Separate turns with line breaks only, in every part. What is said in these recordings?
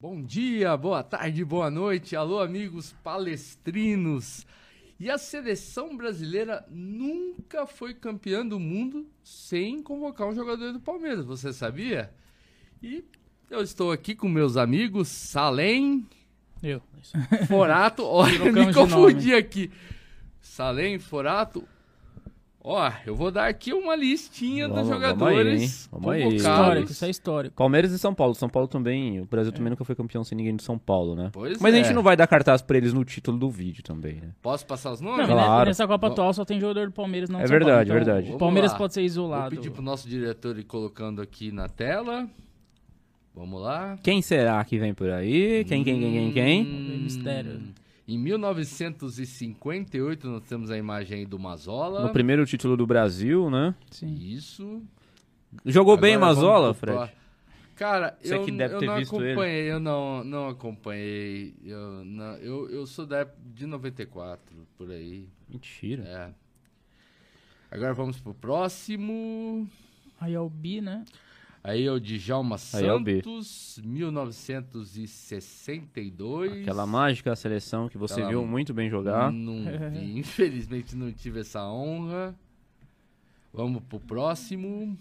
Bom dia, boa tarde, boa noite. Alô, amigos palestrinos. E a seleção brasileira nunca foi campeã do mundo sem convocar um jogador do Palmeiras, você sabia? E eu estou aqui com meus amigos Salem,
Eu. É
Forato. Olha, eu me
Trocamos de
confundi aqui. Salem, Forato. Ó, eu vou dar aqui uma listinha dos
Vamos- vamos aí,
jogadores
hein? Vamos aí.
Histórico,
Carlos.
isso é histórico.
Palmeiras e São Paulo. São Paulo também. O Brasil também nunca foi campeão sem ninguém de São Paulo, né?
É. Pois
Mas
é.
a gente não vai dar cartaz pra eles no título do vídeo também, né?
Posso passar os
Não,
nomes?
e ne-
Claro.
nessa Copa
Bom.
atual só tem jogador do Palmeiras, não
É
do São Paulo,
verdade,
então
verdade.
O Palmeiras
Vamos lá.
pode ser
Vou
isolado.
pedir pro nosso diretor ir colocando aqui na tela. Vamos lá.
Quem será que vem por aí? Quem, quem, quem, quem, quem?
Hum, Mistério.
Em 1958 nós temos a imagem aí do Mazola.
No primeiro título do Brasil, né?
Sim.
Isso.
Jogou bem o
Agora vamos
Mazola,
pro pró-
Fred?
Cara,
Você é
eu,
que deve
eu
ter
não
visto ele.
acompanhei, eu não, não acompanhei. Eu, não- eu, eu sou da época de 94, por aí.
Mentira.
É. Agora vamos pro próximo.
Aí é o Bi, né?
Aí é o Djalma
Aí é o B.
Santos, 1962.
Aquela mágica seleção que você
É, Aquela- Hum.
viu muito bem jogar.
Não vi, infelizmente não tive essa honra. Vamos pro próximo.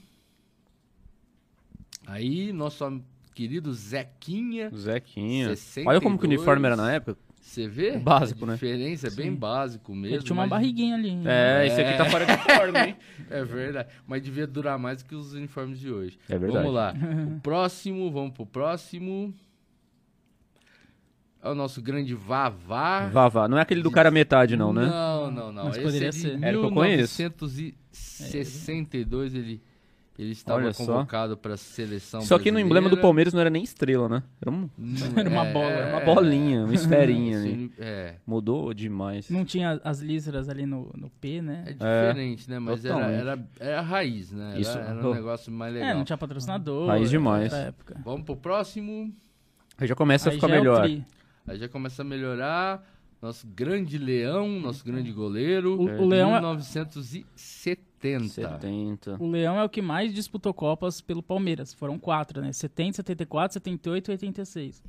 Aí, nosso am- querido Zequinha.
Zequinha.
62.
Olha como que o uniforme era na época.
Você vê?
Básico,
a
né?
diferença, é bem básico mesmo.
Ele tinha uma
mas-
barriguinha ali. né? hein?
É, esse aqui tá fora de forma, hein?
É verdade. Mas devia durar mais que os uniformes de hoje.
É verdade.
Vamos lá. O próximo, vamos pro próximo. É o nosso grande Vavá.
Vavá. Não é aquele do cara metade, não, né?
Não, não, não.
Mas
Esse
poderia
é de
ser.
Era o que eu conheço?
1962 ele, ele estava
Olha só.
convocado para a seleção
Só que no emblema do Palmeiras não era nem estrela, né? Era um-
Palmeiras
Era uma bola, era
uma bolinha, uma esferinha ali.
É,
Mudou demais.
Não tinha as listras ali no, no P,
é
né?
diferente, né? Mas era,
Totalmente.
era, era a raiz, né? Era,
Isso.
era um negócio mais
É,
legal.
não tinha patrocinador.
Raiz demais.
Pra época.
Vamos pro próximo.
Aí já começa a
Aí
ficar
já é o
melhor.
tri.
Aí já começa a melhorar. Nosso grande leão, nosso grande goleiro.
O- o Leão é-
Hum, tá.
1970.
70.
O Leão é o que mais disputou Copas pelo Palmeiras. Foram quatro, né? 70, 74, 78 e 86.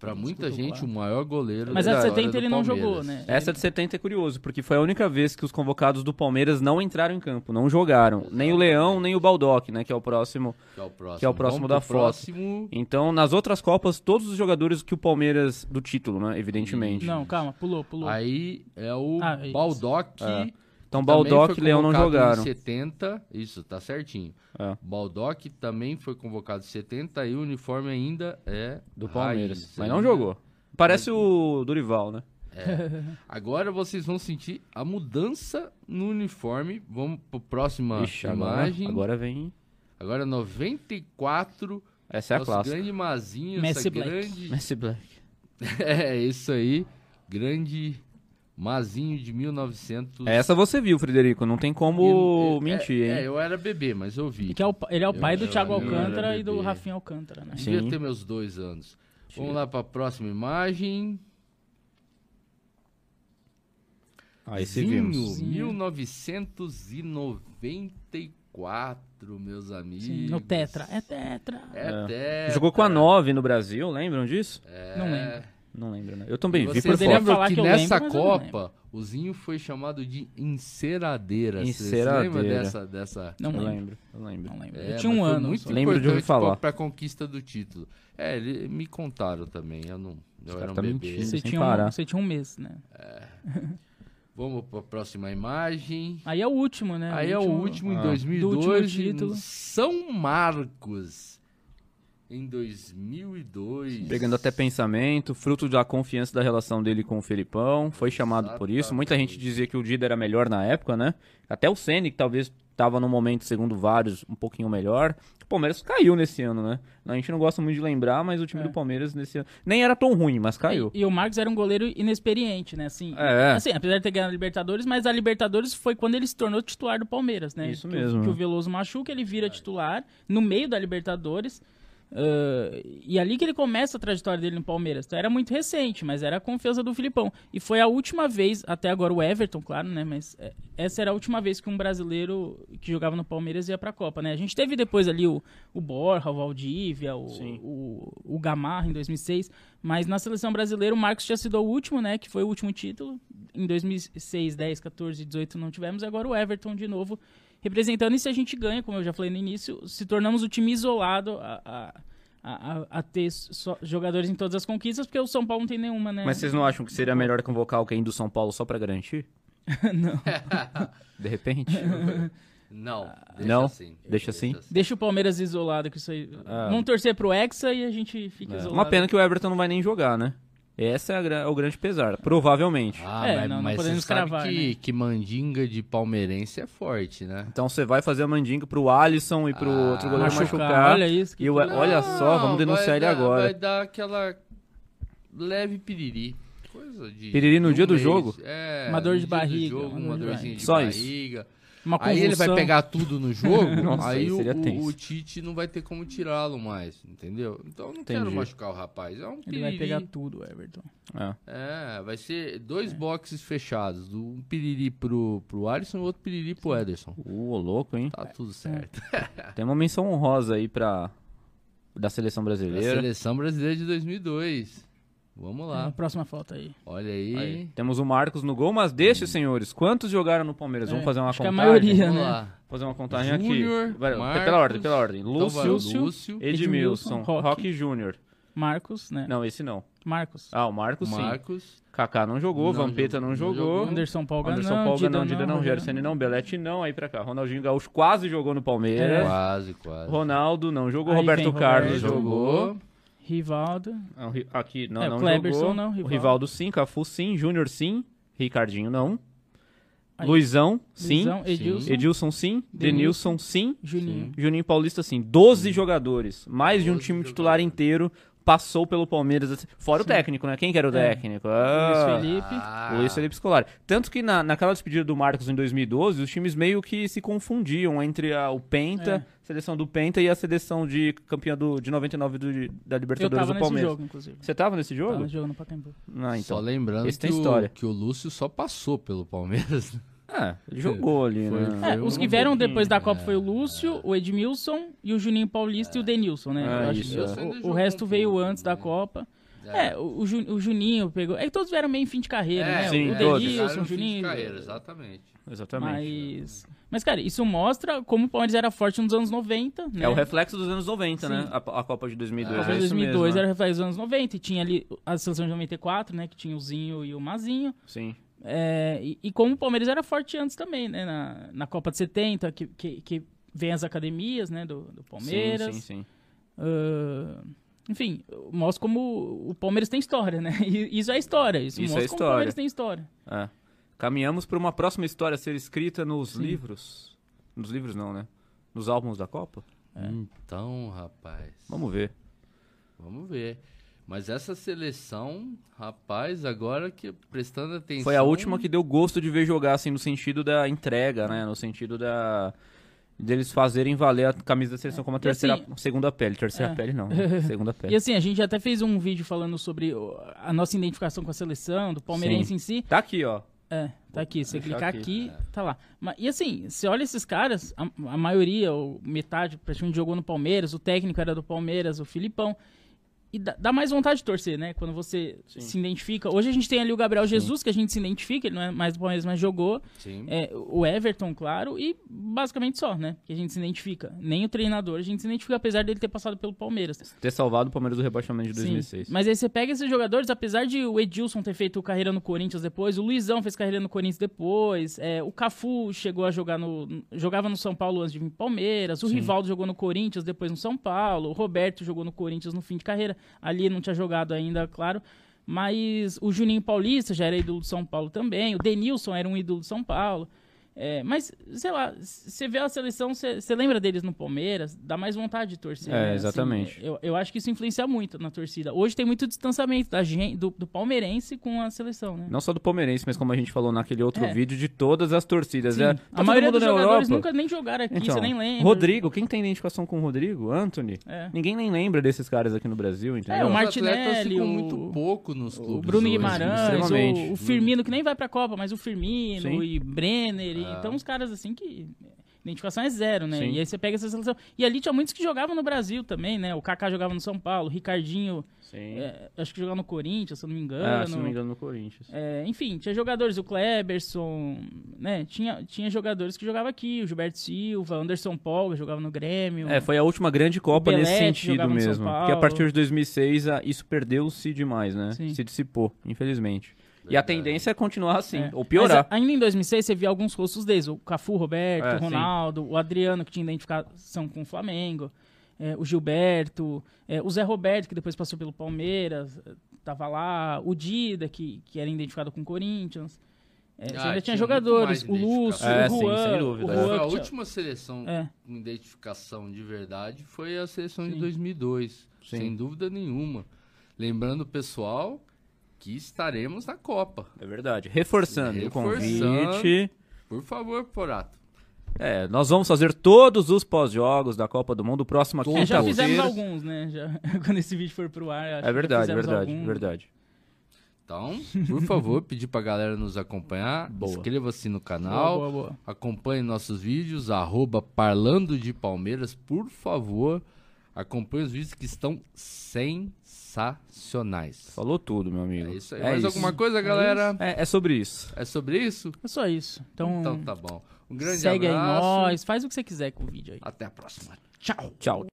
Pra muita
Desculpa,
gente,
claro.
o maior goleiro.
é. Mas
da
a de
história
70
do
ele não
Palmeiras.
jogou, né?
Essa de 70 é curioso, porque foi a única vez que os convocados do Palmeiras não entraram em campo, não jogaram. Nem o Leão, nem o Baldock, né? Que é o próximo.
Que é o próximo,
Que é o próximo
Vamos
da
pro
foto.
próximo.
Então, nas outras Copas, todos os jogadores que o Palmeiras. do título, né? Evidentemente.
Não, calma, pulou, pulou.
Aí é o
Ah, é isso.
Baldock. que
Então,
também
Baldock
foi
e Leão não
convocado
jogaram.
Em 70, isso, tá certinho.
É.
Baldock também foi convocado em 70 e o uniforme ainda é
Do
raiz,
Palmeiras. Mas não
ainda.
jogou. Parece o Dorival, né?
Agora vocês vão sentir a mudança no uniforme. Vamos pro próxima
Ixi, agora,
imagem. Agora,
agora vem.
94.
Essa é a
nosso
clássica.
grande Mazinho, essa
Messi Black.
grande
Messi Black.
É, isso aí. Grande Mazinho de 1900.
Essa você viu, Frederico. Não tem como
Eu- eu-
mentir,
é,
hein?
É, eu era bebê, mas eu
E
vi.
que é o pa- ele é
Eu
o pai do
era-
Thiago
eu era
Alcântara e do
bebê.
Rafinha Alcântara, né?
Devia
Sim.
ter meus dois anos.
Tira.
Vamos lá para a próxima imagem.
Aí se
Zinho,
vimos.
1994, meus amigos.
Sim, no Tetra. É Tetra.
É, até.
Jogou com a 9 no Brasil, lembram disso?
Não lembro.
Não lembro, né? Eu também vi
Vocês
por
poderiam
foto.
lembram
falar
que,
que eu
nessa
lembro, mas eu não
Copa, o Zinho foi chamado de enceradeira. Vocês lembram
Enceradeira.
dessa, dessa...
Não
eu
lembro.
lembro, eu lembro.
Não lembro.
É,
eu tinha
mas
um
foi
ano.
Muito
só.
Lembro de ouvir
importante pra-
falar.
Pra conquista do título. É, ele, me contaram também. Eu não. Eu
cara
era um
tá
bebê.
mentindo.
Você
sem
tinha, um,
parar.
você tinha um mês, né?
Vamos pra próxima imagem.
Aí é o último, né?
Aí é o último em
Ah.
2002.
Do último
em
título.
São Marcos. Em 2002.
Pegando até pensamento, fruto da confiança da relação dele com o Felipão, foi chamado por isso. Muita gente dizia que o Dida era melhor na época, né? Até o Ceni, que talvez estava num momento, segundo vários, um pouquinho melhor. O Palmeiras caiu nesse ano, né? A gente não gosta muito de lembrar, mas o time
É.
do Palmeiras nesse ano. Nem era tão ruim, mas caiu.
E, e o Marcos era um goleiro inexperiente, né? Assim,
É.
assim, apesar de ter ganhado a Libertadores, mas a Libertadores foi quando ele se tornou titular do Palmeiras, né?
Isso
Que o-
mesmo,
Que
né?
o Veloso machuca, ele vira titular no meio da Libertadores. Ah, e ali que ele começa a trajetória dele no Palmeiras. Então, era muito recente, mas era a confiança do Filipão. E foi a última vez, até agora o Everton, claro, né? Mas é, essa era a última vez que um brasileiro que jogava no Palmeiras ia pra Copa, né? A gente teve depois ali o, o Borja, o Valdívia, o,
Sim.
o, o Gamarra em 2006. Mas na seleção brasileira o Marcos tinha sido o último, né? Que foi o último título. Em 2006, 10, 14, 18 não tivemos. Agora o Everton de novo representando. E se a gente ganha, como eu já falei no início, se tornamos o time isolado a, a, a, a- a ter só jogadores em todas as conquistas, porque o São Paulo não tem nenhuma, né?
Mas vocês não acham que seria melhor convocar alguém do São Paulo só pra garantir?
não.
De repente?
Não,
Ah,
deixa
Não?
assim.
Deixa assim?
Deixa o Palmeiras isolado, que isso aí.
Ah. É.
Vamos torcer pro Hexa e a gente fica isolado.
Uma pena que o Everton não vai nem jogar, né? Essa é, a gra- é o grande pesar, provavelmente.
Ah,
É,
mas,
não- não
mas
podemos
você sabe
cravar, né?
que, que mandinga de palmeirense é forte, né?
Então você vai fazer a mandinga pro Alisson e pro
Ah.
outro goleiro
Machucar,
machucar.
olha isso, que
E o- olha só,
Não,
vamos denunciar
vai
ele
dar-
agora.
Vai dar aquela leve piriri. Coisa de.
Piriri no
de
dia do
mês.
jogo?
É.
Uma dor
no dia
de
do
barriga,
jogo,
uma
uma
dor de
dorzinha de
Só isso.
barriga.
Uma
Aí ele vai
convulsão.
pegar tudo no jogo,
Nossa,
aí
aí
o,
seria
o-
tenso.
o Tite não vai ter como tirá-lo mais, entendeu? Então eu não quero
Entendi.
machucar o rapaz. É um piriri.
Ele vai pegar tudo, o Everton.
É.
É, vai ser dois boxes fechados. Um piriri pro, pro Alisson e outro piriri pro Ederson.
Ô, louco, hein?
Tá tudo certo.
Tem uma menção honrosa aí pra... da seleção
A
brasileira.
seleção brasileira de 2002. Vamos
Ah,
É.
lá.
próxima foto aí.
Olha aí.
Aí, Temos o Marcos no gol, mas deixe, senhores, quantos jogaram no Palmeiras? Vamos
É,
fazer uma
acho que a
contagem.
maioria.
Vamos
né?
lá.
Fazer uma contagem
Júnior,
aqui. Vai,
Marcos,
pela ordem, pela ordem.
Então vai o
Lúcio,
Lúcio,
Edmilson,
Edmilson, Roque.
Roque, Júnior.
Marcos, né?
Não, esse não.
Marcos.
Ah, o Marcos, sim.
Marcos.
Kaká não jogou,
Não
Vampeta
jogou,
não
não
jogou.
jogou.
Uhum. Anderson Paul
Anderson
Ganão,
Paul,
Dida
Ganão, Dida não,
Rogério
Gersene não, Belletti não, aí pra cá. Ronaldinho Gaúcho quase jogou no Palmeiras.
É, Quase, quase.
É. Ronaldo não jogou,
Aí
Roberto
vem
Carlos
Roberto.
jogou.
Rivaldo.
Ah, o Ri- Aqui não,
É, o
não
Kleberson
jogou.
não, Rivaldo.
O Rivaldo sim, Cafu sim, Júnior sim, Ricardinho não.
Aí.
Luizão sim,
Luizão, Edilson.
Edilson sim, Denilson sim,
Juninho.
Juninho Paulista sim. 12 jogadores, mais de um
12
time titular inteiro passou pelo Palmeiras. assim. Fora o técnico, né? Quem que era o técnico? Ah.
Luiz Felipe.
Ah,
Luiz Felipe Scolari. Tanto que na, naquela despedida do Marcos em 2012, os times meio que se confundiam entre a, o
É.
Penta, seleção do Penta e a seleção de campeã do, de 99 do- da
Eu
Libertadores
tava
do
nesse
Palmeiras.
jogo, inclusive.
Você tava nesse jogo?
Tava no jogo no Pacaembu.
Ah,
Só
então.
lembrando
Esse
que
tem
o,
história.
que o Lúcio só passou pelo Palmeiras.
Ah, ele jogou ali,
Foi-
né?
É,
Eu
os que
não
vieram
pouquinho,
depois da Copa foi o
É.
Lúcio, o Edmilson e o Juninho Paulista e o Denilson, né?
Ah,
Eu acho
isso,
que
é.
o-
Denilson
O,
jogou
resto
um
veio
pouco,
antes da
né?
Copa. É, o, o Ju- o Juninho pegou. É que todos vieram meio em fim de carreira,
É,
né?
Sim,
o
todos.
Denilson, o
Fim de
Juninho.
carreira, exatamente.
É.
Exatamente.
Mas, mas, cara, isso mostra como o Palmeiras era forte nos anos 90, né?
É o reflexo dos anos 90, né? A, a Copa de 2002.
Copa
é
de
isso
2002
mesmo,
era
né?
reflexo dos anos 90 e tinha ali a seleção de 94, né? Que tinha o Zinho e o Mazinho.
Sim.
É, e, e como o Palmeiras era forte antes também, né? Na, na Copa de 70, que, que, que vem as academias, né? Do, do Palmeiras.
Sim, sim, sim.
Ah, enfim, mostra como o Palmeiras tem história, né? E Isso é história. Isso,
Isso
mostra como
é
o
história.
Palmeiras tem história.
É. Caminhamos para uma próxima história a ser escrita nos livros. Nos livros não, né? Nos álbuns da Copa?
Então, rapaz.
Vamos ver.
Vamos ver. Mas essa seleção, rapaz, agora que prestando atenção.
Foi a última que deu gosto de ver jogar, assim, no sentido da entrega, né? No sentido da. deles fazerem valer a camisa da seleção como a
E
terceira.
assim-
segunda pele. Terceira
É.
pele não. né? Segunda
E
pele.
assim, a gente até fez um vídeo falando sobre o- a nossa identificação com a seleção, do palmeirense em si.
Tá aqui, ó.
É, tá aqui. Você
deixar
clicar aqui,
aqui.
tá lá. Ma- e assim, você olha esses caras, a, a maioria, ou metade, praticamente jogou no Palmeiras, o técnico era do Palmeiras, o Filipão. E dá, dá mais vontade de torcer, né? Quando você se identifica. Hoje a gente tem ali o Gabriel Jesus, que a gente se identifica, ele não é mais do Palmeiras, mas jogou.
Sim.
É, o Everton, claro, e basicamente só, né? Que a gente se identifica. Nem o treinador a gente se identifica, apesar dele ter passado pelo Palmeiras.
Ter salvado o Palmeiras do rebaixamento de
Sim,
2006.
Mas aí você pega esses jogadores, apesar de o Edilson ter feito carreira no Corinthians depois, o Luizão fez carreira no Corinthians depois, é, o Cafu chegou a jogar no. jogava no São Paulo antes de vir pro Palmeiras, o Rivaldo jogou no Corinthians, depois no São Paulo, o Roberto jogou no Corinthians no fim de carreira. Ali não tinha jogado ainda, claro. Mas o Juninho Paulista já era ídolo do São Paulo também, o Denilson era um ídolo do São Paulo. É, mas, sei lá, você vê a seleção, você lembra deles no Palmeiras, dá mais vontade de torcer.
É,
né? Assim,
exatamente.
eu, eu acho que isso influencia muito na torcida. Hoje tem muito distanciamento da gen- do, do palmeirense com a seleção, né?
Não só do palmeirense, mas como a gente falou naquele outro
É.
vídeo, de todas as torcidas.
Sim,
É,
a
todo
maioria
mundo
dos
na
jogadores
Europa.
nunca nem jogaram aqui, você
Então,
nem lembra.
Rodrigo, quem tem identificação com o Rodrigo? Anthony.
É.
Ninguém nem lembra desses caras aqui no Brasil, entendeu?
É, o
Os
Martinelli,
atletas ficam
o-
muito pouco nos clubes.
O Bruno
hoje,
né?
Guimarães,
Extremamente.
o, o Firmino, que nem vai pra Copa, mas o Firmino
Sim. Ah.
e Brenner. e-
É.
Então, uns caras assim que. Identificação é zero, né?
Sim.
E aí você pega essa seleção. E ali tinha muitos que jogavam no Brasil também, né? O Kaká jogava no São Paulo, o Ricardinho,
Sim.
é, acho que jogava no Corinthians, se eu não me engano.
Ah, se não me engano, no Corinthians.
É, enfim, tinha jogadores, o Kleberson, né? Tinha, tinha jogadores que jogavam aqui, o Gilberto Silva, Anderson Polga jogava no Grêmio.
É, foi a última grande Copa
Belete
nesse sentido
jogava no São
mesmo.
Paulo.
Porque a partir de 2006, a- isso perdeu-se demais, né?
Sim.
Se dissipou, infelizmente. E a tendência é continuar assim,
É.
ou piorar.
Mas, ainda em 2006, você via alguns rostos deles. O Cafu, Roberto,
É,
o Ronaldo, o Adriano, que tinha identificação com o Flamengo, é, o Gilberto, é, o Zé Roberto, que depois passou pelo Palmeiras, é, tava lá, o Dida, que, que era identificado com o Corinthians. É, você
Ah,
ainda tinha,
tinha
jogadores,
muito
o
mais
Lúcio,
identificação.
É,
o
sim,
Juan,
sem dúvida.
o
Mas
Juan,
a
que tinha-
última seleção
É.
com identificação de verdade foi a seleção de 2002,
Sim.
sem dúvida nenhuma. Lembrando, pessoal, que estaremos na Copa.
É verdade. Reforçando, o
Reforçando.
convite.
Por favor, Porato.
É, nós vamos fazer todos os pós-jogos da Copa do Mundo próxima
Todos.
É, já
Então,
fizemos
quinta-feira.
alguns, né? Já- quando esse vídeo for pro ar, acho que
É
já
verdade,
fizemos
verdade,
algum.
verdade.
Então, por favor, pedir pra galera nos acompanhar.
Boa.
Inscreva-se no
Boa,
canal.
boa, boa.
Acompanhe nossos vídeos, arroba Parlando de Palmeiras, por favor. Acompanhe os vídeos que estão sensacionais.
Falou tudo, meu amigo.
É isso aí. Mais alguma coisa, galera?
É, é sobre isso.
É sobre isso?
É só isso. Então,
Então tá bom. Um grande
segue aí
abraço.
nós, faz o que você quiser com o vídeo aí.
Até a próxima.
Tchau. Tchau.